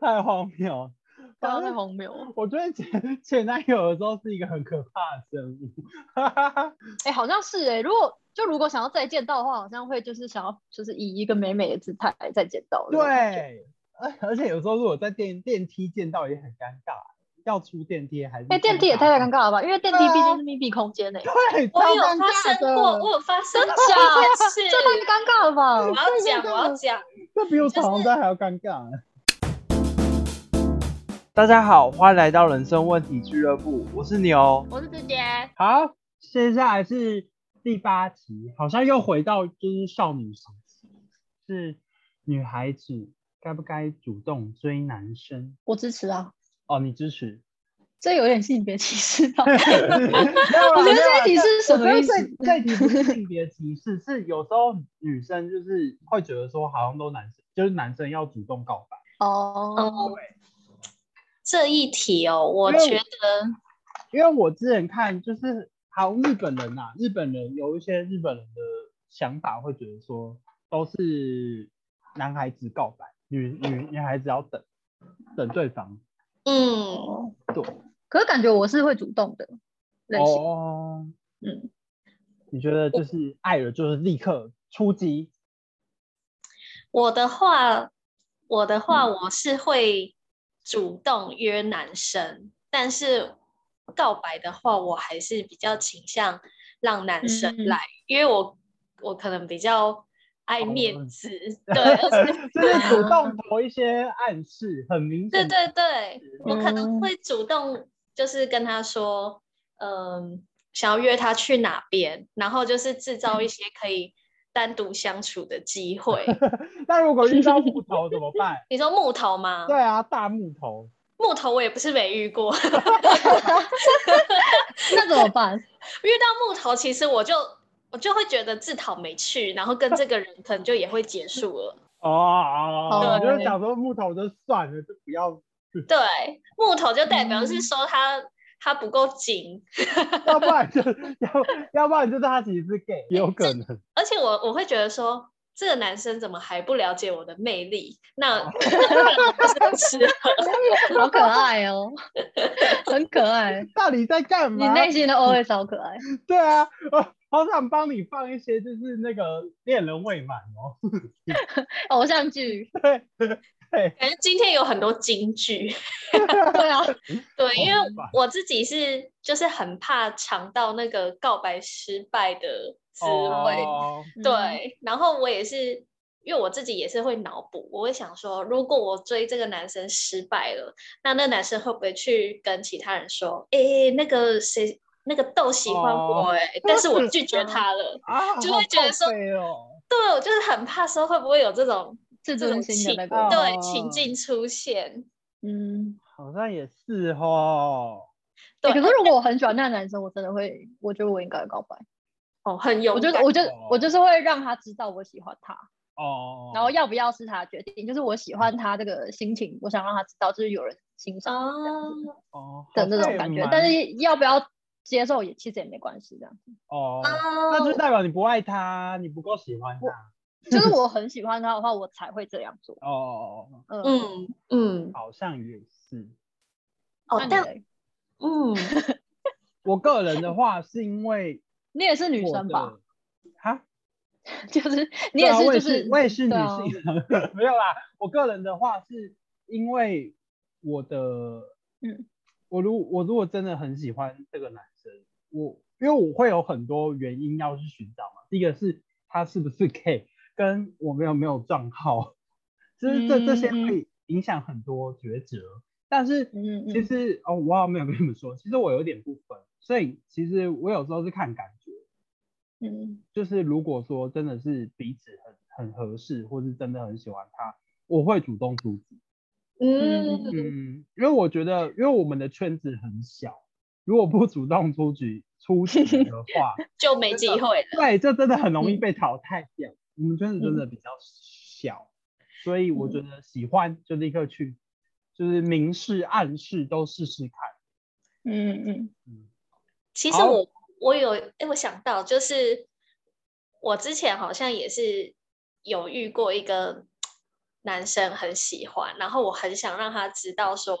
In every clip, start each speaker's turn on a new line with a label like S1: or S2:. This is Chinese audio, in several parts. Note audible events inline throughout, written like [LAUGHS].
S1: 太荒谬了。
S2: 不要太荒谬哦了。
S1: 我觉得前前男友有时候是一个很可怕的生物， [LAUGHS]
S2: 哎、好像是哎、如果就如果想要再见到的话，好像会就是想要就是以一个美美的姿态再见到。那种感觉，
S1: 对，而而且有时候如果在电电梯见到也很尴尬，要出电梯还是？
S2: 哎、电梯也太太尴
S1: 尬，
S2: 尬了吧？因为电梯
S1: 对啊
S2: 毕竟是密闭空
S1: [LAUGHS]
S2: 间哎、
S1: 对，
S3: 我
S1: 超
S3: 有
S1: 尴
S3: 发
S1: 尬
S3: 生
S1: 的
S3: 过，我有发生
S2: 真
S3: 过
S2: 假
S3: 一次。
S2: 这太尴尬了吧
S3: 我？要讲，我要讲，
S1: 这比我
S3: 就是
S1: 闯红灯还要尴尬。大家好，欢迎来到人生问题俱乐部，我是牛。
S2: 我是直接，
S1: 好，接下来是第八题，好像又回到就是少女时期，是女孩子该不该主动追男生？
S2: [LAUGHS] 我支持啊，
S1: 哦，你支
S2: [LAUGHS]
S1: 持？
S2: 这有点性别歧视
S1: [LAUGHS]
S2: 吧？
S1: 没有啦
S2: 我觉得
S1: 没有啦啊
S2: 这一题是什么意
S1: 我
S2: 思
S1: 觉？得这这题不是性别歧视，是有时候女生就是会觉得说，好像都男生，就是男生要主动告白。嗯
S2: 哦，
S3: 哦，这一题哦，我
S1: 因为
S3: 觉得
S1: 因为我之前看就是，好日本人呐、日本人有一些日本人的想法会觉得说，都是男孩子告白，女女女孩子要等等对方。
S3: 嗯，
S1: 对，
S2: 可是感觉我是会主动的类型，
S1: 哦，
S2: 嗯，
S1: 你觉得就是爱了就是立刻出
S3: [LAUGHS]
S1: 击？
S3: 我的话，我的话，
S1: 嗯
S3: 我是会主动约男生，但是告白的话，我还是比较倾向让男生
S2: 嗯
S3: 来，因为我我可能比较爱
S1: 哦
S3: 面
S1: [LAUGHS]
S3: 子，对，而且
S1: 就是主动投一些暗示，很明显。
S3: 对对对，我可能
S2: 嗯
S3: 会主动就是跟他说，嗯，想要约他去哪边，然后就是制造一些可以单独相处的机会。
S1: 那如果遇到木头怎么
S3: [LAUGHS]
S1: 办？
S3: 你说木头吗？
S1: 对啊，大木头。
S3: 木头我也不是没遇过， [LAUGHS]
S2: 那怎么 [LAUGHS] 办？
S3: 遇到木头其实我就我就会觉得自讨没趣，然后跟这个人可能就也会结束了。
S1: 哦哦，我
S2: 对
S1: 就想说木头就算了，就不要，
S3: 对，木头就代表是
S2: 嗯
S3: 说他、他不够紧，
S1: [LAUGHS] 要不然就要，要不然就是他其实是 gay，也有可能。
S3: 而且我我会觉得说。这个男生怎么还不了解我的魅力？那不是吃
S2: 好可爱哦， [LAUGHS] 很可爱。
S1: 到底在干
S2: 你
S1: 嘛？
S2: 内心的 OS 好可爱，
S1: 对啊，我好想帮你放一些就是那个恋人未满哦。
S2: [LAUGHS] 偶像剧，
S1: 对，
S3: 感觉今天有很多金句，
S2: 对啊，
S3: 对，因
S1: 好
S3: 为
S1: 吧
S3: 我自己是就是很怕尝到那个告白失败的滋味，
S1: 哦，
S2: 嗯，
S3: 对，然后我也是，因为我自己也是会脑补，我会想说，如果我追这个男生失败了，那那男生会不会去跟其他人说，哎、那个谁，那个豆喜欢我、
S1: 哦
S3: 欸，哎、但是我拒绝他了。
S1: 啊，
S3: 就会觉得说
S1: 好报备哦，
S3: 对，我就是很怕说会不会有这种
S2: 自
S3: 这种
S2: 尊心
S3: 情
S2: 的那
S1: 哦
S2: 个，
S3: 对情境出现。
S2: 嗯，
S1: 好像也是哦。
S3: 对，
S2: 欸可是如果我很喜欢那个男生，我真的会，我觉得我应该会告白，
S3: 哦，很有，
S2: 我觉得，我就
S1: 哦
S2: 我就是会让他知道我喜欢他，
S1: 哦，
S2: 然后要不要是他的决定，就是我喜欢他这个心情，我想让他知道，就是有人欣赏
S3: 啊，
S1: 哦
S2: 的那种感觉，但是要不要接受也其实也没关系，这 [LAUGHS] 样，
S1: 哦，那就
S3: 哦，
S1: 代表你不爱他，你不够喜欢他。
S2: 就是我很喜欢他的话，我才会这样做，
S1: 哦哦哦，
S2: 嗯，
S3: 嗯嗯，
S1: 好像也是。
S2: 那
S3: 哦，
S2: 你
S3: 但
S2: 嘞 [LAUGHS]
S3: 嗯，
S1: 我个人的话，是因为
S2: 你也是女
S1: 我
S2: 生
S1: 的
S2: 吧？？
S1: 啊，
S2: [LAUGHS] 就是你
S1: 对
S2: 也
S1: 啊我
S2: 是，就
S1: 也
S2: 是
S1: 我也是女
S2: 对啊
S1: 性， [LAUGHS] 没有啦。我个人的话，是因为我的，
S2: 嗯，
S1: 我如我如果真的很喜欢这个男生，我因为我会有很多原因要去寻找嘛。第一个是他是不是 gay，跟 [LAUGHS] 我们有没有账号，就是这这些
S2: 嗯
S1: 会影响很多抉择。但是
S2: 嗯嗯
S1: 其实哦，我好像没有跟你们说，其实我有点不分，所以其实我有时候是看感觉。
S2: 嗯
S1: 就是如果说真的是彼此很很合适，或是真的很喜欢他，我会主动出击。
S3: 嗯，
S1: 嗯，因为我觉得，因为我们的圈子很小，如果不主动出局出局的话，
S3: 就没机会了。
S1: 对，这真的很容易被淘汰掉。我们圈子真的比较小，所以我觉得喜欢就立刻去，就是明示暗示都试试看。
S2: 嗯嗯，
S1: 嗯，
S3: 其实
S1: 好
S3: 我我有，哎，我想到就是我之前好像也是有遇过一个男生很喜欢，然后我很想让他知道说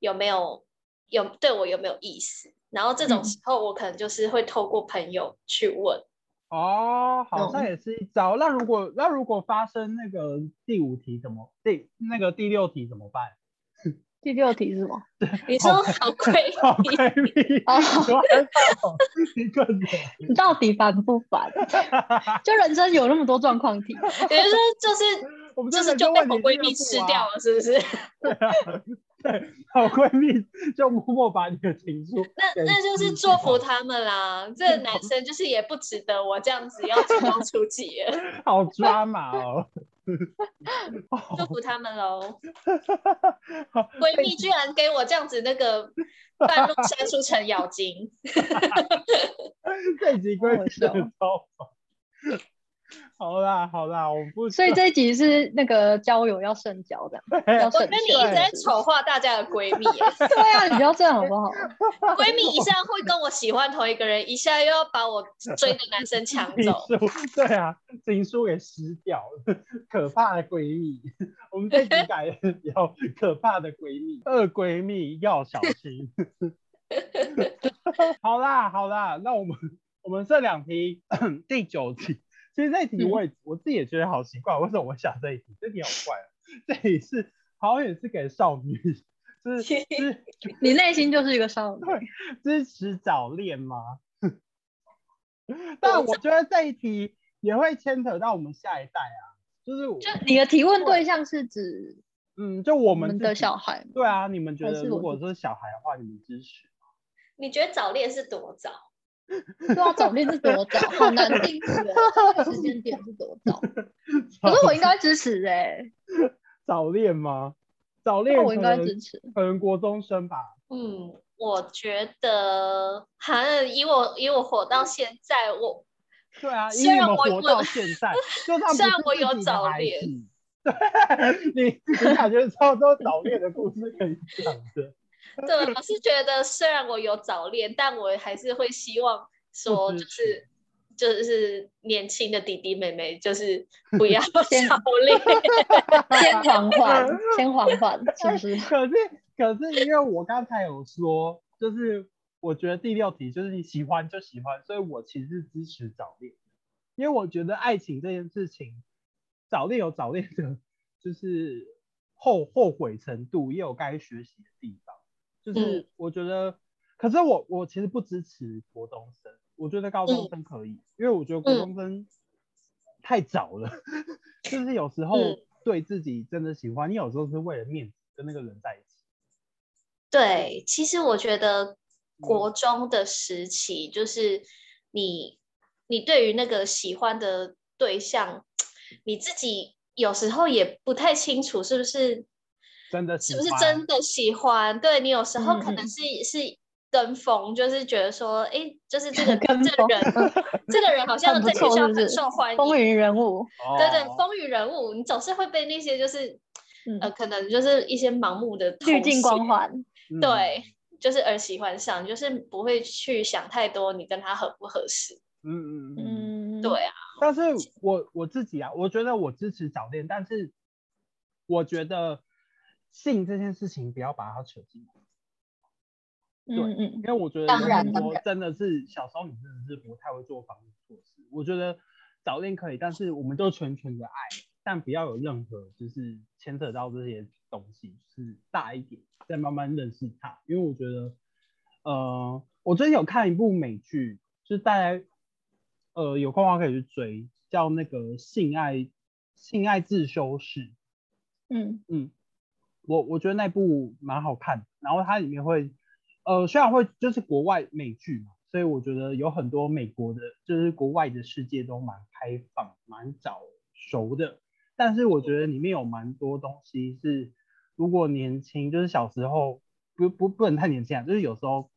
S3: 有没有有对我有没有意思，然后这种
S2: 嗯
S3: 时候我可能就是会透过朋友去问，
S1: 哦，好
S3: 嗯
S1: 像也是一招。那如果那如果发生那个第五题怎么第那个第六题怎么办？
S2: 第六题是什么？
S3: 你说好 [LAUGHS] 亏
S1: 好闺蜜，
S2: 哦
S1: 喜欢找一个人，
S2: 你到底烦不烦？就人生有那么多状况题，
S3: 也就是说就是
S1: 我们
S3: [LAUGHS] 就
S1: 真
S3: 是
S1: 的
S3: 就被
S1: 问
S3: 我
S1: 你
S3: 闺蜜吃掉
S1: 了。
S3: 了，是不是？
S1: 对啊，对，啊好闺蜜就默默把你的情书
S3: 那
S1: 给
S3: 那就是
S1: 吃
S3: 祝福
S1: 掉
S3: 他们啦。这个男生就是也不值得我这样子要主动出击了，
S1: 好抓马
S3: [LAUGHS]
S1: 哦。
S3: 祝福他们喽。
S1: 好
S3: 闺蜜居然给我这样子那个半路杀出程咬金，
S1: 这一集闺蜜真
S2: 好
S1: 的超烦。好啦好啦，我不
S2: 所以这一集是那个交友要慎交的。
S1: 要
S2: 要
S3: 我
S2: 慎
S3: 觉得你一
S2: 选
S3: 直在丑化大家的闺蜜耶，
S2: 对啊，你不要这样好不好？
S3: 闺蜜一下会跟我喜欢同一个人，一下又要把我追的男生抢
S1: 情 [LAUGHS]
S3: 走。
S1: 书，对啊，情书给撕掉了，可怕的闺蜜。我们这集改叫可怕的闺蜜，二闺蜜要小心。 [LAUGHS] 好啦好啦，那我们我们这两题第九题，其实这一题我也、我自己也觉得好奇怪，为什么我想这一题？这题好怪、啊，这题是好像也是给少女，就是是
S2: 你内心就是一个少女。
S1: 支持早恋
S2: [LAUGHS]
S1: 吗？但我觉得这一题也会牵扯到我们下一代啊，就是我
S2: 就你的提问对象是指
S1: 嗯，就我
S2: 我
S1: 们
S2: 们
S1: 自
S2: 的
S1: 己
S2: 小孩吗？
S1: 对啊，你们觉
S2: 还
S1: 得
S2: 是
S1: 如
S2: 我
S1: 果
S2: 自
S1: 是小孩的话，你们支持？
S3: 你觉得早恋是多早？
S2: 对啊，早恋是多早？好难定义哦，这个时间点是多早？ [LAUGHS] 可是我应该支持哎、
S1: [LAUGHS] 早恋吗？早恋
S2: 那我
S1: 可
S2: 应该
S1: 能
S2: 支持。
S1: 可能国中生吧，
S3: 嗯，我觉得，哈，以我以我活到现在，我
S1: 对啊，因
S3: 虽
S1: 为你
S3: 然
S1: 们
S3: 我
S1: 活
S3: 我
S1: 到现在，就算不
S3: 虽然
S1: 是
S3: 我
S1: 自
S3: 有
S1: 己的
S3: 早
S1: 孩
S3: 恋
S1: 子对你你感觉超多早恋的故事可以讲的。
S3: [LAUGHS] 对我是觉得，虽然我有早恋，但我还是会希望说，
S1: 支
S3: 就是就是年轻的弟弟妹妹，就是 [LAUGHS] 不要早
S2: 先
S3: 恋。
S2: 先缓缓，先缓缓，是不是？
S1: 可是可是因为我刚才有说，就是我觉得第六题就是你喜欢就喜欢，所以我其实支持早恋，因为我觉得爱情这件事情，早恋有早恋的，就是后后悔程度，也有该学习的地方。就是我觉得，可是我我其实不支持国中生，我觉得高中生可以，因为我觉得国中生太早了，就是有时候
S3: 嗯
S1: 对自己真的喜欢，你有时候是为了面子跟那个人在一起。
S3: 对，其实我觉得国中的时期，就是你你对于那个喜欢的对象，你自己有时候也不太清楚是不是
S1: 真的喜
S3: 是不是
S1: 欢
S3: 真的喜欢？对你有时候可
S2: 嗯
S3: 能
S2: 嗯
S3: 是、是跟风，就是觉得说，哎，就是这
S2: [LAUGHS]
S3: 个
S2: 跟
S3: 这个
S2: 风
S3: 人，这个人好像
S2: 很不
S3: 在学
S2: 错
S3: 校
S2: 是不
S3: 很
S2: 是
S3: 受欢迎，
S2: 风云人物，
S3: 对对，
S1: 哦
S3: 风云人物，你总是会被那些就是
S2: 嗯
S3: 呃，可能就是一些盲目的
S2: 滤
S3: 同
S2: 镜
S3: 学
S2: 光环，
S1: 嗯
S3: 对，就是而喜欢上，就是不会去想太多，你跟他合不合适。
S1: 嗯嗯嗯。
S2: 嗯，
S3: 对啊，
S1: 但是我我自己啊，我觉得我支持早恋，但是我觉得性这件事情不要把它扯进来，
S2: 嗯嗯
S1: 因，为我觉得
S3: 当
S1: 有
S3: 然
S1: 很
S2: 当
S1: 多
S2: 然
S1: 真的是小时候你真的是不太会做防护措施。我觉得早恋可以，但是我们就纯纯的爱，但不要有任何就是牵扯到这些东西，就是大一点再慢慢认识他。因为我觉得，呃，我最近有看一部美剧，就是大家呃有空的话可以去追，叫那个《性爱性爱自修室》。
S2: 嗯，
S1: 嗯，我我觉得那部蛮好看的，然后它里面会，呃，虽然会就是国外美剧嘛，所以我觉得有很多美国的，就是国外的世界都蛮开放、蛮早熟的，但是我觉得里面有蛮多东西是，如果年轻，就是小时候不不不能太年轻啊，就是有时候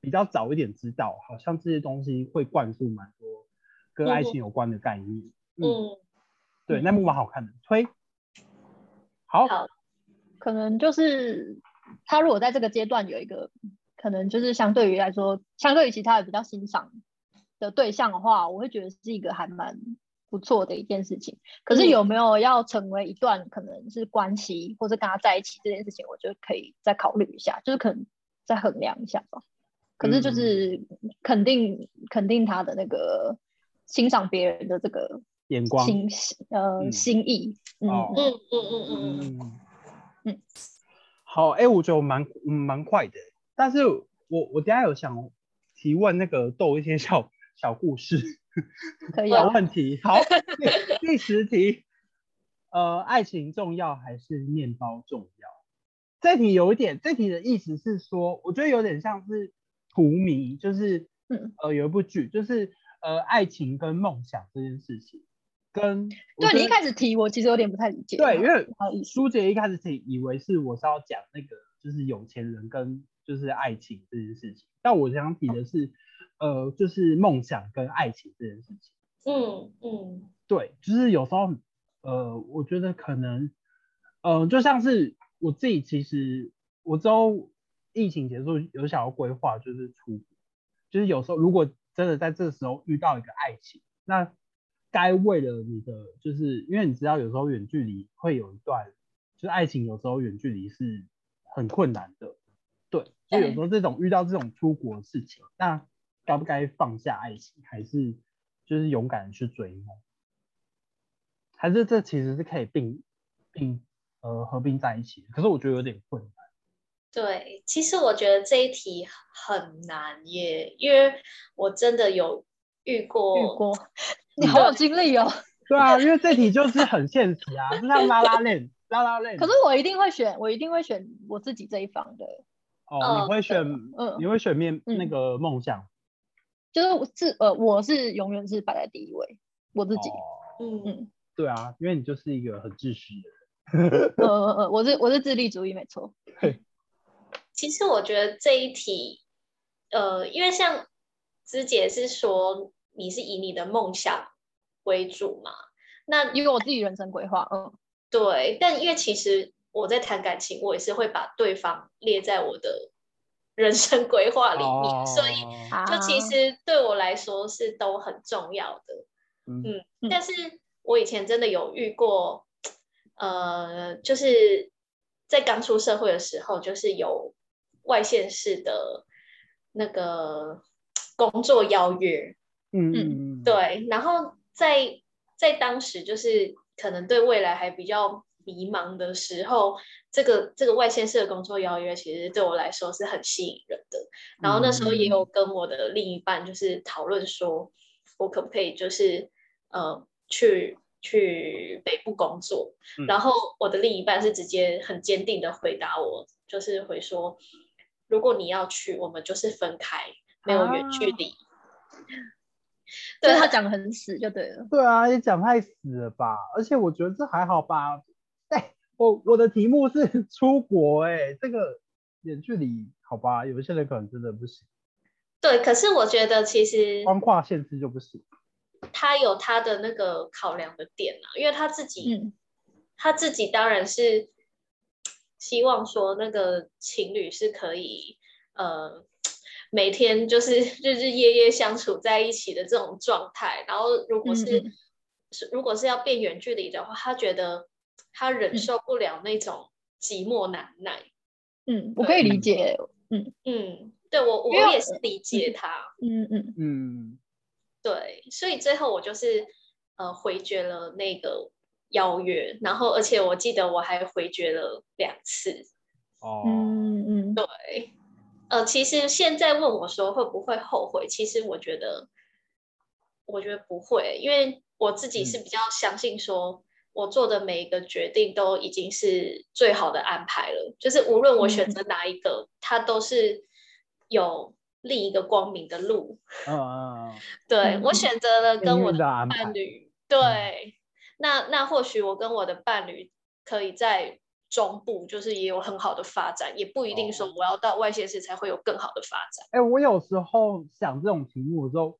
S1: 比较早一点知道，好像这些东西会灌输蛮多跟爱情有关的概念。嗯，
S3: 嗯，
S1: 对，那部蛮好看的，推。好，
S3: 好
S2: 可能就是他如果在这个阶段有一个，可能就是相对于来说，相对于其他的比较欣赏的对象的话，我会觉得是一个还蛮不错的一件事情。可
S1: 嗯
S2: 是有没有要成为一段可能是关系，或者跟他在一起这件事情，我觉得可以再考虑一下，就是可能再衡量一下吧。可
S1: 嗯
S2: 是就是肯定、肯定他的那个欣赏别人的这个
S1: 眼光，
S2: 心呃、
S1: 嗯
S2: 心意，嗯、
S1: 哦
S3: 嗯嗯嗯嗯嗯，
S1: 嗯
S2: 嗯
S1: 好，哎、我觉得我蛮嗯蛮快的，但是我我等一下有想提问那个豆一些小小故事、
S2: 嗯可以
S1: 小
S2: 啊，
S1: 问题。好，第第
S2: [LAUGHS]
S1: 十题，呃，爱情重要还是面包重要？这题有一点，这题的意思是说，我觉得有点像是图迷，就是
S2: 嗯
S1: 呃有一部剧，就是呃爱情跟梦想这件事情，跟我
S2: 对
S1: 觉
S2: 你一
S1: 得
S2: 开始提，我其实有点不太理解。
S1: 对，因为
S2: 好意思
S1: 苏姐一开始挺以为是我是要讲那个就是有钱人跟就是爱情这件事情，但我想提的是，呃，就是梦想跟爱情这件事情。
S3: 嗯嗯，
S1: 对，就是有时候，呃，我觉得可能，呃，就像是我自己，其实我之后疫情结束有想要规划，就是出国，就是有时候如果真的在这时候遇到一个爱情，那该为了你的，就是因为你知道有时候远距离会有一段，就是爱情有时候远距离是很困难的，对，所以有时候这种遇到这种出国的事情，那该不该放下爱情，还是就是勇敢的去追梦？还是这其实是可以并并呃合并在一起的，可是我觉得有点困难。
S3: 对，其实我觉得这一题很难耶，因为我真的有遇过，
S1: 哦
S2: 遇过，你好有经历哦。
S1: 对啊，因为这题就是很现实啊，就像拉拉链，拉拉链。
S2: 可是我一定会选，我一定会选我自己这一方的，
S1: 哦，你会选、
S3: 呃
S2: 嗯
S1: 你会选面、
S2: 嗯
S1: 那个梦想
S2: 就是我自呃，我是永远是摆在第一位，我自己，
S1: 哦
S3: 嗯
S2: 嗯，
S1: 对啊，因为你就是一个很自私的人。
S2: 呃呃呃，我是我是自立主义，没错，
S3: 其实我觉得这一题，呃，因为像芝姐是说你是以你的梦想为主嘛，那
S2: 因为我自己人生规划，
S1: 哦
S2: 嗯，
S3: 对，但因为其实我在谈感情，我也是会把对方列在我的 [LAUGHS] 人生规划里
S1: 哦
S3: 面，所以
S1: 以
S2: 啊
S3: 就其实对我来说是都很重要的。
S1: 嗯
S2: 嗯
S3: 但是我以前真的有遇过，呃，就是在刚出社会的时候，就是有外县市的那个工作邀约，
S1: 嗯嗯，
S3: 对，然后在在当时就是可能对未来还比较迷茫的时候，这个这个外县市的工作邀约，其实对我来说是很吸引人的。然后那时候
S1: 嗯
S3: 也有跟我的另一半就是讨论说，我可不可以就是呃去去北部工作
S1: 嗯？
S3: 然后我的另一半是直接很坚定的回答我，就是回说，如果你要去，我们就是分开，没有远距
S1: 啊
S3: 离。
S2: 就
S3: 对
S2: 是他
S3: 他
S2: 讲的很死就对了，
S1: 对啊，也讲太死了吧？而且我觉得这还好吧。哎，我我的题目是出国、哎，这个远距离好吧，有一些人可能真的不行，
S3: 对，可是我觉得其实
S1: 光跨县市就不行。
S3: 他有他的那个考量的点啊，因为他自己，
S2: 嗯，
S3: 他自己当然是希望说那个情侣是可以呃每天就是日日夜夜相处在一起的这种状态。然后如果是、
S2: 嗯嗯
S3: 是如果是要变远距离的话，他觉得他忍
S2: 嗯
S3: 受不了那种寂寞难耐。
S2: 嗯，我可以理解，
S3: 嗯，对我我
S2: 因为
S3: 也是理解他。
S2: 嗯嗯，
S1: 嗯，
S3: 对，所以最后我就是呃回绝了那个邀约，然后而且我记得我还回绝了两次。
S1: 哦，
S2: 嗯嗯嗯，
S3: 呃，其实现在问我说会不会后悔，其实我觉得，我觉得不会，因为我自己
S2: 嗯
S3: 是比较相信说。我做的每一个决定都已经是最好的安排了，就是无论我
S2: 嗯
S3: 选择哪一个，它都是有另一个光明的路。
S1: 嗯嗯，嗯
S3: 对、我
S2: 嗯
S3: 选择了跟
S1: 命
S3: 我
S1: 运
S3: 的
S1: 的安排
S3: 伴。侣，对，那那或许我跟我的伴侣可以在中部，就是也有很好的发展，也不一定说
S1: 哦
S3: 我要到外县市才会有更好的发展。
S1: 哎、我有时候想这种题目的时候，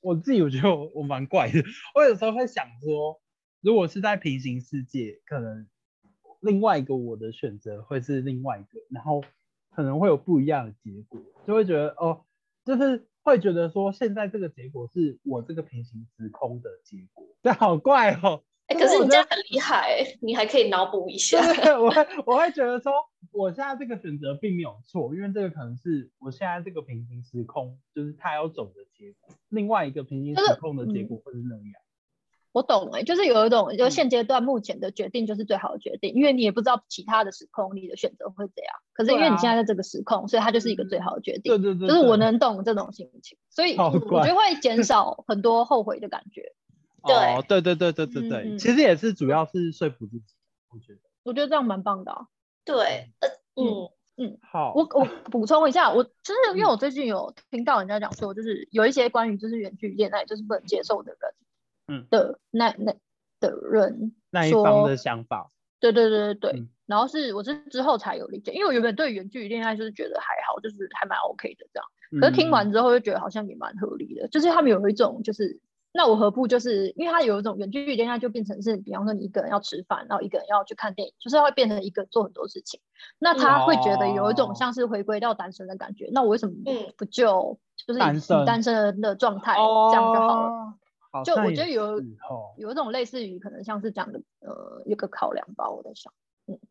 S1: 我自己我觉得我我蛮怪的。我有时候会想说，如果是在平行世界，可能另外一个我的选择会是另外一个，然后可能会有不一样的结果，就会觉得哦，就是会觉得说现在这个结果是我这个平行时空的结果，这好怪哦。
S3: 哎、
S1: 就
S3: 可是
S1: 我
S3: 你这
S1: 在
S3: 样很厉害、你还可以脑补一下。
S2: [LAUGHS]
S1: 对，我会我会觉得说，我现在这个选择并没有错，因为这个可能是我现在这个平行时空，就是他要走的结果，另外一个平行
S2: 就是嗯
S1: 时空的结果会是那样。
S2: 我懂哎、就是有一种，就
S1: 嗯
S2: 现阶段目前的决定就是最好的决定，因为你也不知道其他的时空你的选择会怎样。可是因
S1: 对
S2: 为
S1: 啊嗯
S2: 你现在在这个时空，所以它就是一个最好的决定。
S1: 对对对，
S2: 就是我
S1: 对
S2: 能懂这种心情，所以
S1: 好
S2: 我
S1: 怪
S2: 觉得会
S1: [LAUGHS]
S2: 减少很多后悔的感觉。
S1: 哦，对对对对对对，
S2: 嗯嗯
S1: 其实也是主要是说服自己，我觉得。
S2: 我觉得这样蛮棒的啊、
S3: [LAUGHS] 对，呃，嗯，
S1: 好，
S2: 我
S1: [LAUGHS]
S2: 我补充一下，我就是
S1: 嗯
S2: 因为我最近有听到人家讲说，就是有一些关于就是远距离恋爱就是不能接受的人，
S1: 嗯
S2: 的那那的人，
S1: 那一方
S2: 说
S1: 的想法，
S2: 对对对对对。
S1: 嗯
S2: 然后是我是之后才有理解，因为我原本对远距离恋爱就是觉得还好，就是还蛮 OK 的这样。可是
S1: 嗯
S2: 听完之后就觉得好像也蛮合理的，就是他们有一种就是，那我何不就是因为他有一种远距离恋爱就变成是，比方说你一个人要吃饭，然后一个人要去看电影，就是会变成一个人做很多事情，那他会觉得有
S1: 哦
S2: 一种像是回归到单身的感觉。那我为什么
S3: 嗯
S2: 不就就是以
S1: 单
S2: 以
S1: 身
S2: 单身的状态
S1: 嗯
S2: 这样就好了？
S1: 哦好
S2: 就
S1: 像
S2: 我觉得
S1: 也
S2: 有
S1: 是哦
S2: 有一种类似于可能像是这样的呃一个考量吧，我在想。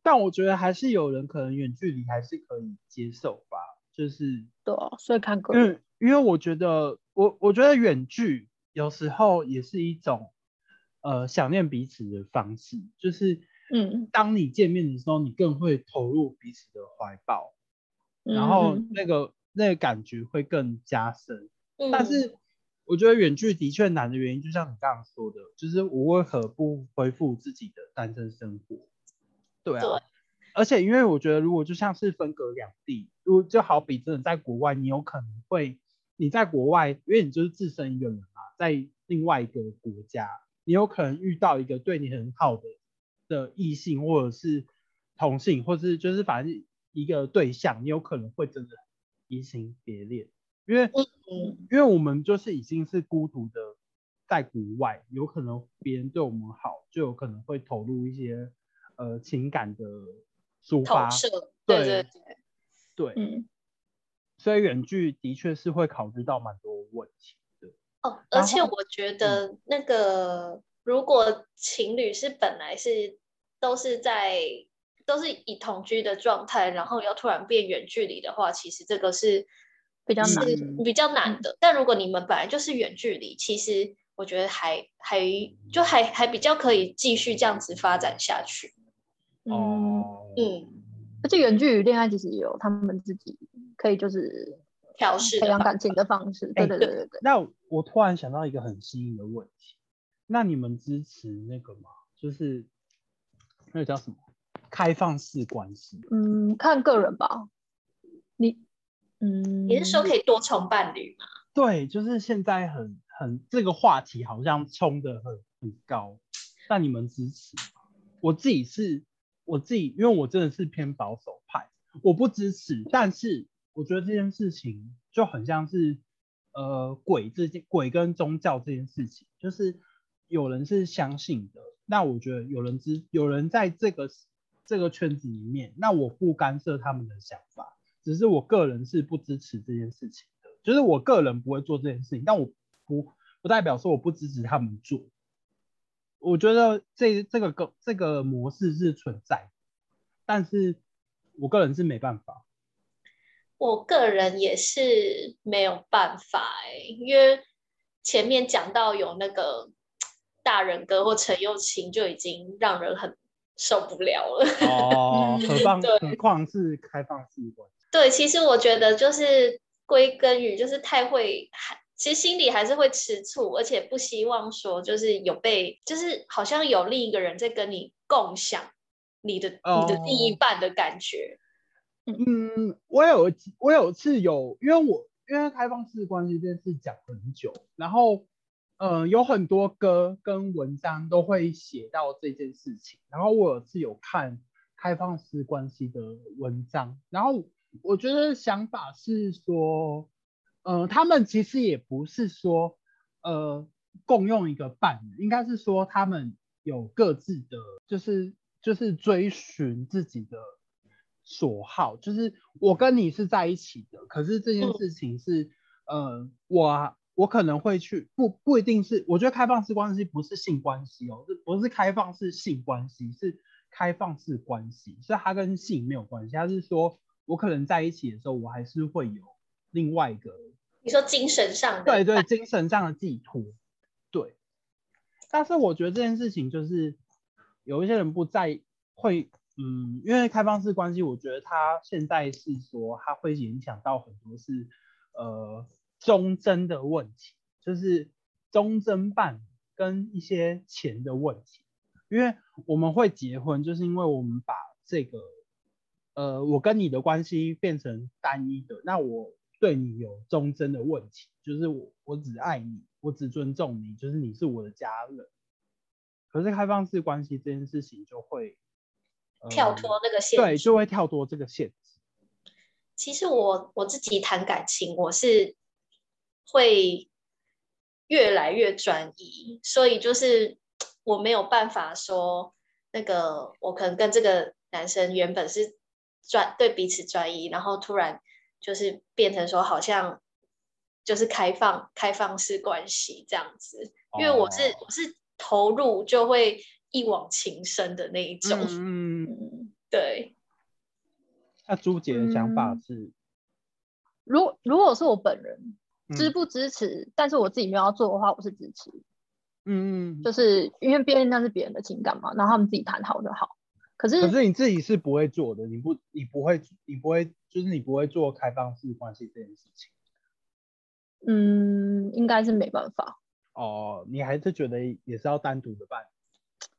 S1: 但我觉得还是有人可能远距离还是可以接受吧，就是
S2: 对啊，所以看个
S1: 因
S2: 人。
S1: 为因为我觉得我我觉得远距有时候也是一种呃想念彼此的方式，就是
S2: 嗯
S1: 当你见面的时候，你更会投入彼此的怀抱，然后
S2: 嗯
S1: 那个那个感觉会更加深。
S3: 嗯
S1: 但是我觉得远距的确难的原因，就像你刚刚说的，就是我为何不恢复自己的单身生活？对啊，
S3: 对
S1: 而且因为我觉得，如果就像是分隔两地，如果就好比真的在国外，你有可能会你在国外，因为你就是自身一个人嘛，在另外一个国家，你有可能遇到一个对你很好的的异性，或者是同性，或是就是反正一个对象，你有可能会真的移情别恋，因为
S3: 嗯
S1: 因为我们就是已经是孤独的在国外，有可能别人对我们好，就有可能会投入一些呃情感的抒发
S3: 投。射，
S1: 对
S3: 对对对，
S1: 对，
S2: 嗯
S1: 所以远距的确是会考虑到蛮多问题的。
S3: 哦，
S1: 然
S3: 而
S1: 后嗯
S3: 且我觉得那个，如果情侣是本来是都是在都是以同居的状态，然后要突然变远距离的话，其实这个是
S2: 比较
S3: 是
S2: 难
S1: 的嗯
S3: 比较难的。但如果你们本来就是远距离，其实我觉得还还就还还比较可以继续这样子发展下去。
S2: 嗯，
S1: 哦，
S3: 嗯，
S2: 而且远距离恋爱其实也有他们自己可以就是
S3: 调
S1: 嗯
S3: 试
S2: 培
S3: 的
S2: 养
S3: 吧
S2: 感情的方式。
S1: 哎
S2: 对对对对对，
S1: 那我突然想到一个很新颖的问题，那你们支持那个吗？就是那个叫什么？开放式关系？
S2: 嗯，看个人吧。你，嗯，
S3: 你是说可以多重伴侣吗？
S1: 对，就是现在很很这个话题好像冲的很很高，但你们支持吗？我自己是，我自己因为我真的是偏保守派，我不支持，但是我觉得这件事情就很像是呃鬼这件鬼跟宗教这件事情，就是有人是相信的，那我觉得有人支有人在这个这个圈子里面，那我不干涉他们的想法，只是我个人是不支持这件事情的，就是我个人不会做这件事情，但我不不代表说我不支持他们做。我觉得这这个个这个模式是存在的，但是我个人是没办法。
S3: 我个人也是没有办法哎、因为前面讲到有那个大人哥或陈又青，就已经让人很受不了了。 [LAUGHS]
S1: 哦
S2: 嗯
S1: 何况
S3: 对
S1: 何况是开放式关系。
S3: 对，其实我觉得就是归根于就是太会，还其实心里还是会吃醋，而且不希望说就是有被，就是好像有另一个人在跟你共享你的、你的另一
S1: 哦
S3: 半的感觉。
S1: 嗯，我有我有次有，因为我因为开放式关系这件事讲很久，然后嗯、呃有很多歌跟文章都会写到这件事情，然后我有次有看开放式关系的文章，然后我觉得想法是说，呃，他们其实也不是说呃共用一个伴侣，应该是说他们有各自的，就是就是追寻自己的所好，就是我跟你是在一起的，可是这件事情是、呃，我啊我可能会去，不不一定是，我觉得开放式关系不是性关系哦，这不是开放式性关系，是开放式关系，所以它跟性没有关系，它是说我可能在一起的时候，我还是会有另外一个，
S3: 你说精神上的，
S1: 对对，精神上的寄托，对。但是我觉得这件事情就是有一些人不在会，嗯，因为开放式关系，我觉得它现在是说它会影响到很多是呃忠贞的问题，就是忠贞伴侣跟一些钱的问题。因为我们会结婚，就是因为我们把这个呃我跟你的关系变成单一的，那我对你有忠贞的问题，就是我我只爱你。我只尊重你，就是你是我的家人。可是开放式关系这件事情就会、呃、
S3: 跳脱那个限制，
S1: 对，就会跳脱这个限制。
S3: 其实我我自己谈感情，我是会越来越专一，所以就是我没有办法说那个，我可能跟这个男生原本是专对彼此专一，然后突然就是变成说好像。就是开放开放式关系这样子，因为我是、
S1: 哦
S3: 我是投入就会一往情深的那一种，
S1: 嗯，
S3: [LAUGHS] 对，
S1: 那朱姐的想法是，
S2: 如如果是我本人
S1: 嗯
S2: 支不支持，但是我自己没有要做的话，我是支持，
S1: 嗯嗯，
S2: 就是因为毕竟那是别人的情感嘛，然后他们自己谈好就好。可是
S1: 可是你自己是不会做的，你不你不会你不会就是你不会做开放式关系这件事情。
S2: 嗯，应该是没办法。
S1: 哦，你还是觉得也是要单独的办，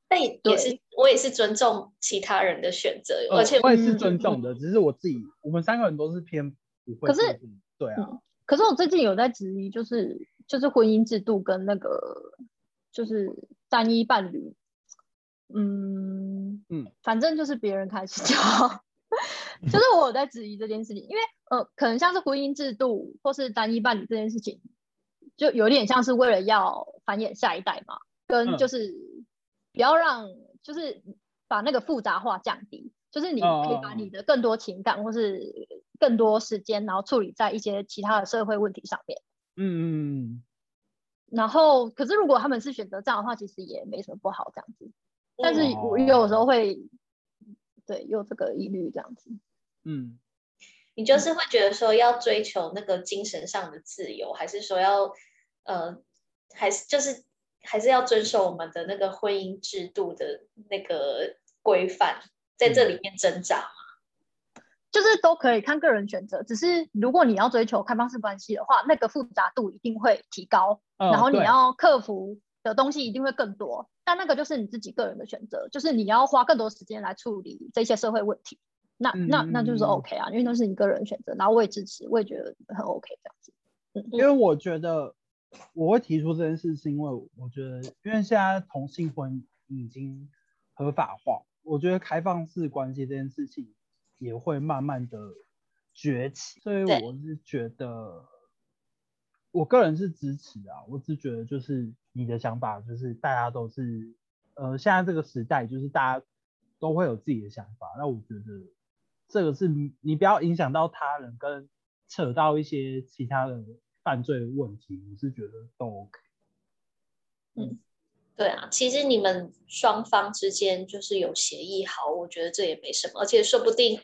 S3: 但也
S2: 对
S3: 也是我也是尊重其他人的选择，
S1: 呃
S3: 而且嗯
S1: 我也
S2: 嗯
S1: 是尊重的，只是我自己，我们三个人都是偏不会
S2: 可是
S1: 做这种，对啊，
S2: 可是我最近有在质疑，就是就是婚姻制度跟那个就是单一伴侣，嗯
S1: 嗯，
S2: 反正就是别人开始教， [LAUGHS] 就是我有在质疑这件事情，因为呃，可能像是婚姻制度或是单一伴侣这件事情，就有点像是为了要繁衍下一代嘛，
S1: 嗯
S2: 跟就是不要让就是把那个复杂化降低，就是你可以把
S1: 哦哦
S2: 你
S1: 哦
S2: 的更多情感或是更多时间，然后处理在一些其他的社会问题上面。
S1: 嗯嗯嗯。
S2: 然后，可是如果他们是选择这样的话，其实也没什么不好这样子。但
S3: 嗯
S2: 是我
S1: 哦
S2: 有时候会，对，有这个疑虑这样子。
S1: 嗯
S3: 你就是会觉得说要追求那个精神上的自由，还是说要呃，还是就是还是要遵守我们的那个婚姻制度的那个规范，在
S1: 嗯
S3: 这里面挣扎嘛？
S2: 就是都可以看个人选择，只是如果你要追求开放式关系的话，那个复杂度一定会提高，
S1: 呃
S2: 然后你
S1: 对
S2: 要克服的东西一定会更多。但那个就是你自己个人的选择，就是你要花更多时间来处理这些社会问题。那那那就是
S1: 嗯
S2: OK 啊，因为那是你个人选择，然后我也支持，我也觉得很 OK 这样子。
S1: 因为我觉得我会提出这件事，是因为我觉得，因为现在同性婚已经合法化，我觉得开放式关系这件事情也会慢慢的崛起，所以
S3: 对
S1: 我是觉得，我个人是支持啊，我只觉得就是你的想法，就是大家都是，呃，现在这个时代就是大家都会有自己的想法，那我觉得这个是你你不要影响到他人跟扯到一些其他的犯罪问题，我是觉得都 OK。
S3: 对啊，其实你们双方之间就是有协议好，我觉得这也没什么，而且说不定，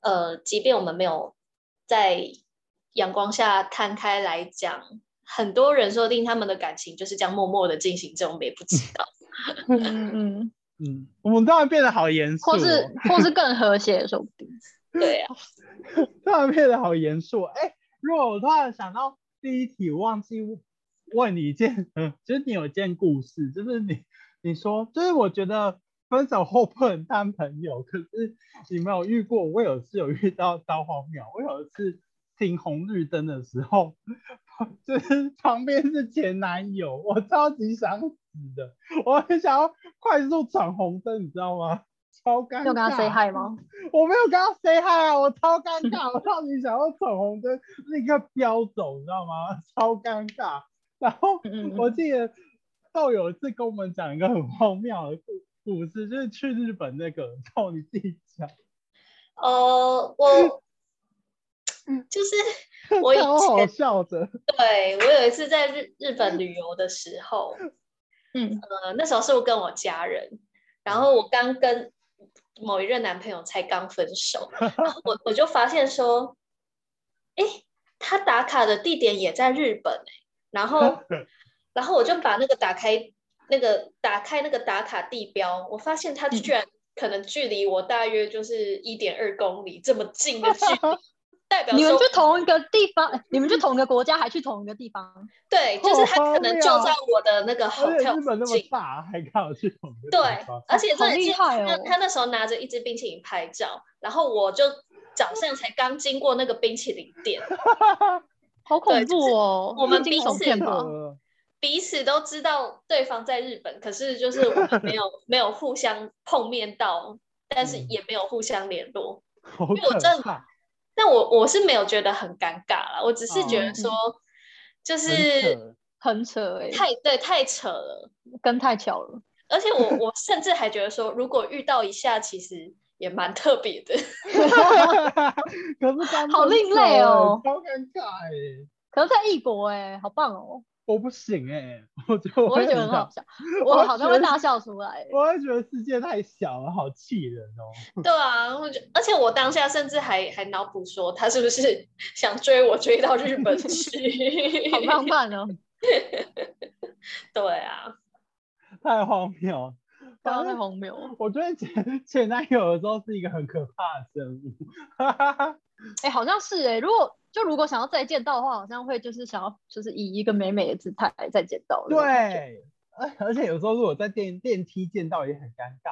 S3: 呃，即便我们没有在阳光下摊开来讲，很多人说不定他们的感情就是这样默默的进行中，我们也不知道。
S2: 嗯嗯，
S1: 嗯，我们突然变得好严肃、哦，
S2: 或是或是更和谐也说不 [LAUGHS] 定。
S3: 对啊，
S1: 突然变得好严肃哦。哎、如果我突然想到第一题，我忘记问你一件， [LAUGHS] 就是你有一件故事，就是你你说，就是我觉得分手后不能当朋友，可是你没有遇过，我有一次有遇到刀荒庙，我有一次停红绿灯的时候， [LAUGHS] 就是旁边是前男友，我超级想死的，我很想要快速闯红灯，你知道吗？超尴尬。
S2: 要跟他 say hi 吗？
S1: 我没有跟他 say hi 啊，我超尴尬，我到底想要闯红灯，立刻飙走，你知道吗？超尴尬。然后
S2: 嗯嗯
S1: 我记得豆有一次跟我们讲一个很荒谬的故故事，就是去日本那个，照你自己讲。
S3: 呃，我就是我以
S1: 好好
S3: 前
S1: 笑着，
S3: 对我有一次在日日本旅游的时候，
S2: 嗯，
S3: 呃，那时候是我跟我家人，
S1: 嗯
S3: 然后我刚跟某一任男朋友才刚分
S1: [LAUGHS]
S3: 手，然后我我就发现说，哎，他打卡的地点也在日本、欸、然
S1: [LAUGHS]
S3: 后
S1: 嗯
S3: 然后我就把那个打开那个打开那个打卡地标，我发现他居
S1: 嗯
S3: 然可能距离我大约就是一点二公里这么近的距
S1: [LAUGHS]
S3: 离，代表
S2: 你们
S3: 说
S2: 去同一个地方，你们去同一个国家，还去同一个地方，
S3: 对，就是他
S1: 好
S3: 可能
S1: 荒
S3: 就
S1: 谬啊
S3: 在我的那个
S1: 而且
S3: hotel
S1: 日本那
S3: 附
S1: 么
S3: 近。
S1: 大，还刚好去同一个
S3: 对
S1: 地方，
S3: [LAUGHS] 而且
S2: 好
S3: 这
S2: 厉害哦
S1: 嗯
S3: 他那时候拿着一支冰淇淋拍照，然后我就早上才刚经过那个冰淇淋店，
S2: 好恐
S3: 对就
S2: 怖
S3: 是
S2: 哦！
S3: 我们
S2: 是惊
S3: 彼
S2: 悚
S3: 此
S2: 片
S1: 太
S2: 吧
S1: 扯？了
S3: 彼此都知道对方在日本，可是就是我们
S1: [LAUGHS]
S3: 没有没有互相碰面到，但是
S1: 嗯
S3: 也没有互相联络。
S1: 好
S3: 因为我
S1: 可
S3: 真的
S1: 怕，
S3: 但我我是没有觉得很尴尬啦，我只是觉
S1: 哦
S3: 得说，就
S1: 很
S3: 是
S1: 扯
S2: 很扯哎、
S3: 太对太扯了，
S2: 跟太巧
S3: [LAUGHS]
S2: 了。
S3: 而且我我甚至还觉得说，如果遇到一下，其实也蛮特别的。 [LAUGHS]
S1: 可是刚
S2: 好
S1: 分
S2: 另
S1: 手
S2: 类
S1: 欸
S2: 哦
S1: 超尴尬哎，
S2: 可是在异国哎、好棒哦！
S1: 我不行哎，我觉得
S2: 我会觉得很
S1: 很
S2: 好
S1: 想，
S2: 笑，
S1: [LAUGHS] 我
S2: 我
S1: 会
S2: 好像
S1: 觉
S2: 会
S1: 得
S2: 大笑出来。欸
S1: 我会觉得世界太小了，好气人哦。
S3: [LAUGHS] 对啊，我觉而且我当下甚至还还脑补说，他是不是 [LAUGHS] 想追我追到日本去？
S2: [LAUGHS] 好浪漫哦！
S3: 对啊，
S1: 太荒谬了。
S2: 刚
S1: [LAUGHS] 反
S2: 刚太
S1: 正
S2: 荒谬了。
S1: 我觉得前前男友的时候是一个很可怕的生物， [LAUGHS]
S2: 哎、好像是哎、如果就如果想要再见到的话，好像会就是想要就是以一个美美的姿态再见到。，
S1: 对，而而且有时候如果在电电梯见到也很尴尬，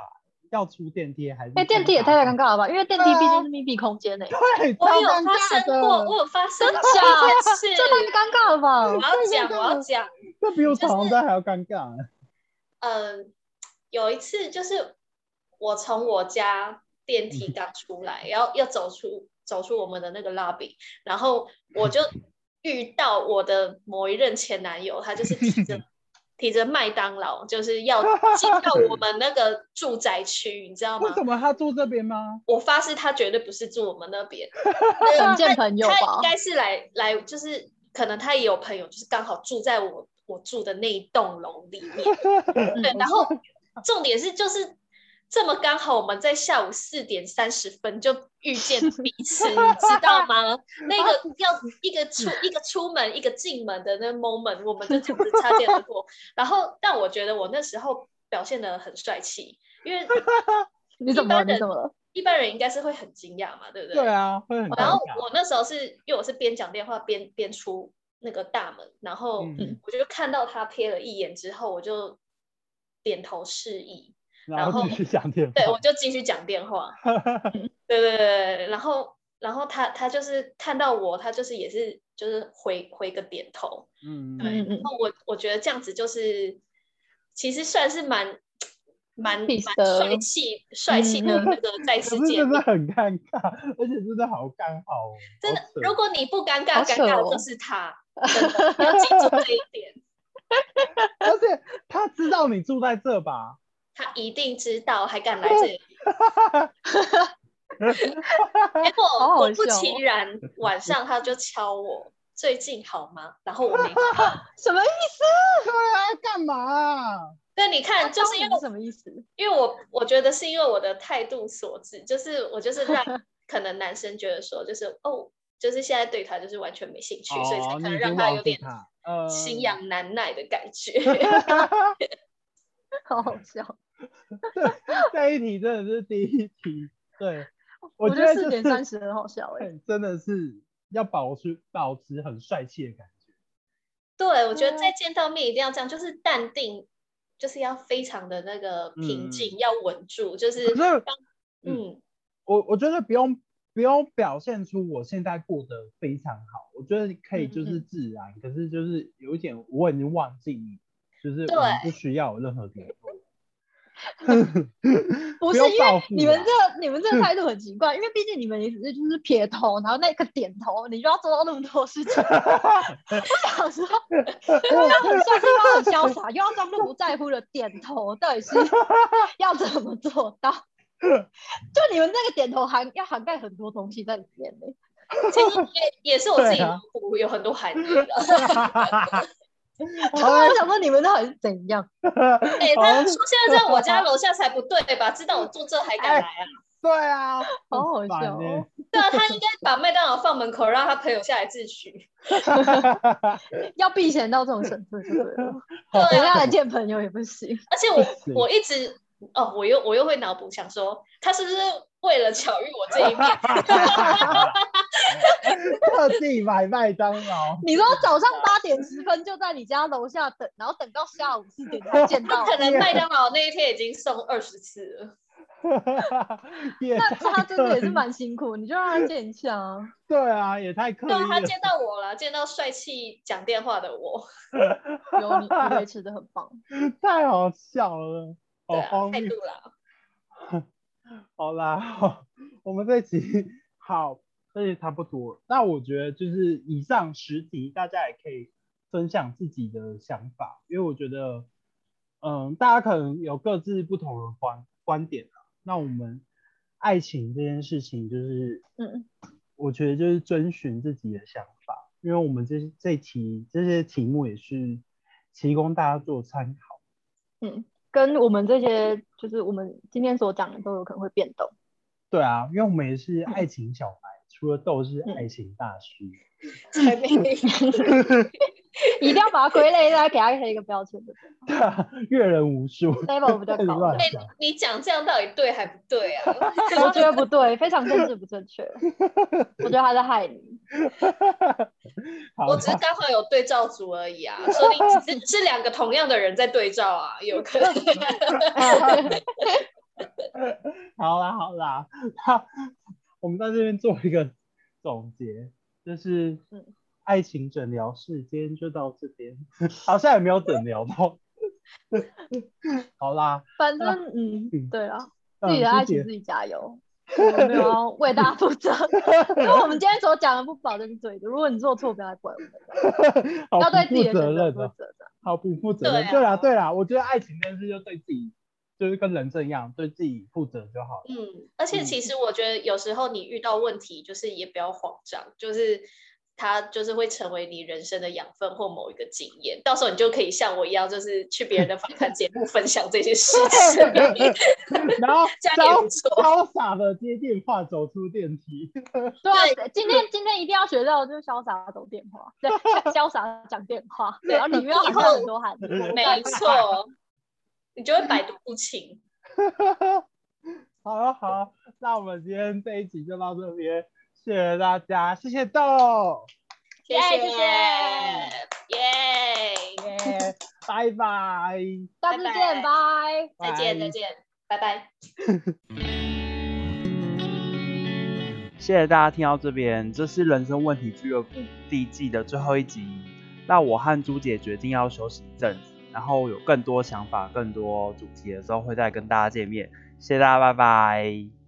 S1: 要出电梯还是
S2: 因为
S3: 哎
S2: 欸电梯也太尴尬了吧？因为电梯
S1: 对啊
S2: 毕竟是密闭空间哎、
S1: 对，
S3: 我
S1: 超
S3: 有
S1: 尴
S3: 发
S1: 尬
S3: 生过，
S1: 的，
S3: 我有发生
S2: [LAUGHS]
S3: 过
S2: 假
S3: 这
S2: 这
S3: 事。
S2: 太尴尬了
S3: 我
S2: 吧？
S3: 要讲，我要讲，
S1: 这比我
S3: 就是
S1: 闯红灯还要尴尬。
S3: 嗯、有一次就是我从我家电梯刚出来，然后要走出走出我们的那个 lobby，然后我就遇到我的某一任前男友，他就是提
S1: [LAUGHS]
S3: 着提着麦当劳，就是要进到我们那个住宅区，你知道
S1: 为
S3: 吗
S1: 什？么他住这边吗？
S3: 我发誓他绝对不是住我们那边，
S2: 很见朋友
S3: 他
S2: 吧
S3: 应？该是来来，就是可能他也有朋友，就是刚好住在我我住的那一栋楼里面。对，然后重点是就是这么刚好我们在下午四点三十分就遇见彼此，你知道吗？那个要一个出一个出门一个进门的那 moment，我们就这样子擦肩而过。然后，但我觉得我那时候表现的很帅气，因为
S2: 你怎么了？
S3: 一般人
S2: 你怎么了？
S3: 一般人应该是会很惊讶嘛，对不对？
S1: 对啊，会很
S3: 哦然
S1: 尴
S3: 后
S1: 尬。
S3: 我那时候是因为我是边讲电话边边出那个大门，然后
S1: 嗯
S3: 我就看到他瞥了一眼之后，我就点头
S1: [LAUGHS]
S3: 示意，
S1: 然
S3: 然后
S1: 继续讲电话。
S3: 对我就继续讲电话。嗯对对对对，然后然后他他就是看到我，他就是也是就是回回个点头。
S1: 嗯，
S3: 对，
S2: 嗯嗯
S3: 然后我我觉得这样子就是其实算是蛮蛮蛮
S2: Peace 的
S3: 帅气帅气的
S2: 嗯
S3: 那个再
S1: 可
S3: 次
S1: 是
S3: 见
S1: [LAUGHS] 真
S3: 面
S1: 的。很尴尬，而且真的好刚好哦，
S3: 真的
S1: 好扯，
S3: 如果你不尴
S2: 好
S3: 尬，尴
S2: 扯
S3: 尬
S2: 哦
S3: 的就是他，真的你要记住这一
S2: [LAUGHS]
S3: 点。
S1: 而且他知道你住在这吧？
S3: 他一定知道，还敢来这
S1: [LAUGHS]
S3: 里。结果
S2: 好好
S3: 果不
S2: 笑哦
S3: 其然，晚上他就敲我，最近好吗？然后
S1: [LAUGHS]
S3: 我没。
S2: 什么意思？
S1: 对啊，干嘛啊？
S3: 对，你看，就是因
S2: 因
S3: 为
S2: 为什么意思？
S3: 因为我我觉得是因为我的态度所致，就是我就是让可能男生觉得说，就是哦，就是现在对他就是完全没兴趣，所以才
S1: 哦，你
S3: 可
S1: 已
S3: 能
S1: 经
S3: 让他
S1: 忘
S3: 有
S1: 记
S3: 点
S1: 他呃
S3: 心痒难耐的感觉。
S2: [LAUGHS] 好好 [LAUGHS] 笑。
S1: 这一题真的是第一题，对我
S2: 觉
S1: 觉得
S2: 四点
S1: 就是
S2: 三十很好笑哎、
S1: 对，真的是要保持保持很帅气的感觉。
S3: 对，我觉得
S1: 哦
S3: 再见到面一定要这样，就是淡定，就是要非常的那个平静，要稳住，就是
S1: 嗯可是
S3: 当
S1: 嗯
S3: 嗯，
S1: 我我觉得不用不用表现出我现在过得非常好，我觉得可以就
S2: 嗯
S1: 是
S2: 嗯
S1: 自然，可是就是有一点我已经忘记你，就是
S3: 对
S1: 我们不需要有任何点。
S2: 不是
S1: 用
S2: 因
S1: 报
S2: 为
S1: 复
S2: 你们
S1: 啦
S2: 这你们这个态度很奇怪，因为毕竟你们也只是就是撇头，然后那个点头，你就要做到那么多事 [LAUGHS] 情。我想说，又要很帅气，又要很潇洒，又要装作不在乎的点头，到底 [LAUGHS] 是要怎么做到？就你们那个点头涵要涵盖很多东西在里面呢、欸
S3: 其实也也是我自己
S1: 对啊
S3: 脑补有很多含义的。
S1: [LAUGHS] 啊
S2: 我刚刚想说你们到底是怎样？
S3: 哎、他出现在我家
S1: 哦
S3: 楼下才不对吧？知道我住这
S1: 哎
S3: 还敢来啊？
S1: 对啊，
S2: 好好
S1: 很
S2: 笑
S1: 烦
S2: 哦
S1: 欸
S3: 对啊，他应该把麦当劳放门口，让他朋友下来自取。
S2: 要避嫌到这种程度，对了，
S1: [LAUGHS] 好
S2: 人家来见朋友也不行。
S3: 而且
S1: 是
S3: 我我一直哦，我又我又会脑补想说，他是不是为了巧遇我这一
S1: [LAUGHS]
S3: 面？
S1: [LAUGHS] 特地买麦当劳， [LAUGHS]
S2: 你说早上八点十分就在你家楼下等，然后等到下午四点才见
S1: [LAUGHS]
S2: 到
S3: 他，可
S1: 啊
S3: 能麦当劳那一天已经送二十次了。
S1: 也
S2: 那
S1: 太
S2: 他真的也
S1: 刻
S2: 是
S1: 意
S2: 蛮辛苦，你就让他见一下啊。
S1: 对啊，也太刻意
S3: 对啊，他
S1: 了。
S3: 见到我了，见到帅气讲电话的我，
S2: 有你，你维持的很
S1: [LAUGHS]
S2: 棒。
S1: 太好笑了，
S3: 对
S1: 好
S3: 啊，
S1: 荒
S3: 态
S1: 谬
S3: 度。啦。
S1: 好啦，好我们这集好，这集差不多了。那我觉得就是以上十题，大家也可以分享自己的想法，因为我觉得，嗯，大家可能有各自不同的观观点啊。那我们爱情这件事情，就是
S2: 嗯，
S1: 我觉得就是遵循自己的想法，因为我们这这题这些题目也是提供大家做参考。
S2: 跟我们这些就是我们今天所讲的都有可能会变动。
S1: 对啊，因为我们也是爱情小白，除了豆是爱情大师。
S3: 还没 [LAUGHS]
S2: 一定要把它归类，大家给它贴一个标签的
S1: 对啊，阅人无数 [LAUGHS]
S2: level 比较
S1: 开始
S2: 高。
S1: 乱
S3: 哎
S1: 讲。
S3: 你讲这样到底对还不对啊？
S2: 我觉得不对，非常政治不正
S1: [LAUGHS]
S2: 确。我觉得他在害你。
S1: 好
S3: 我只是
S1: 啦
S3: 刚好有对照组而已啊，说不定只是是两个同样的人在对照啊，有可能。
S1: 好啦，好啦，那我们在这边做一个总结，就是
S2: 嗯
S1: 爱情诊疗室今天就到这边，好像也没有诊疗
S2: [LAUGHS]
S1: 到。好啦，
S2: 反正嗯
S1: 嗯，
S2: 对了，
S1: 嗯
S2: 自己的爱
S1: 谢
S2: 情
S1: 谢
S2: 自己加油。我没有要为大家负
S1: [LAUGHS]
S2: 责，因为我们今天所讲的不保证是对的。如果你做错，不要来怪我们，
S1: 好
S2: 要对
S1: 不
S2: 自己
S1: 哦负责
S2: 的选择
S1: 任哦啊
S2: 负
S1: 的，
S2: 责的。
S1: 好不负责任。
S3: 对啊
S1: 对啦，对啦，我觉得爱情这件事就对自己，就是跟人生一样，对自己负责就好了。
S3: 嗯，而且
S1: 嗯
S3: 其实我觉得有时候你遇到问题，就是也不要慌张，就是它就是会成为你人生的养分或某一个经验，到时候你就可以像我一样，就是去别人的访谈节目分享这些事情， [LAUGHS]
S1: 然后
S3: 这样也
S1: 潇
S3: 不
S1: [LAUGHS]
S3: 错。
S1: 潇洒的接电话，走出电梯。 [LAUGHS]
S2: 对啊，今天今天一定要学到就是潇洒走电话，对，潇洒讲电
S3: [LAUGHS]
S2: 话，对，然后里面要
S3: 以后
S2: 含很多含义。
S3: 没错，你就会百毒不侵。
S1: 好了好了，那我们今天这一集就到这边，谢谢大家，谢谢豆，
S3: 谢
S2: 耶
S3: 谢，嗯
S2: 谢谢
S3: 耶，
S1: 耶， [LAUGHS] 拜拜，
S2: 下次
S3: 拜拜
S2: 见，拜。
S3: 再见，再见，拜拜。
S1: 谢谢大家听到这边，这是《人生问题俱乐部》第一季的最后一集。那我和朱姐决定要休息一阵子，然后有更多想法、更多主题的时候会再跟大家见面。谢谢大家，拜拜。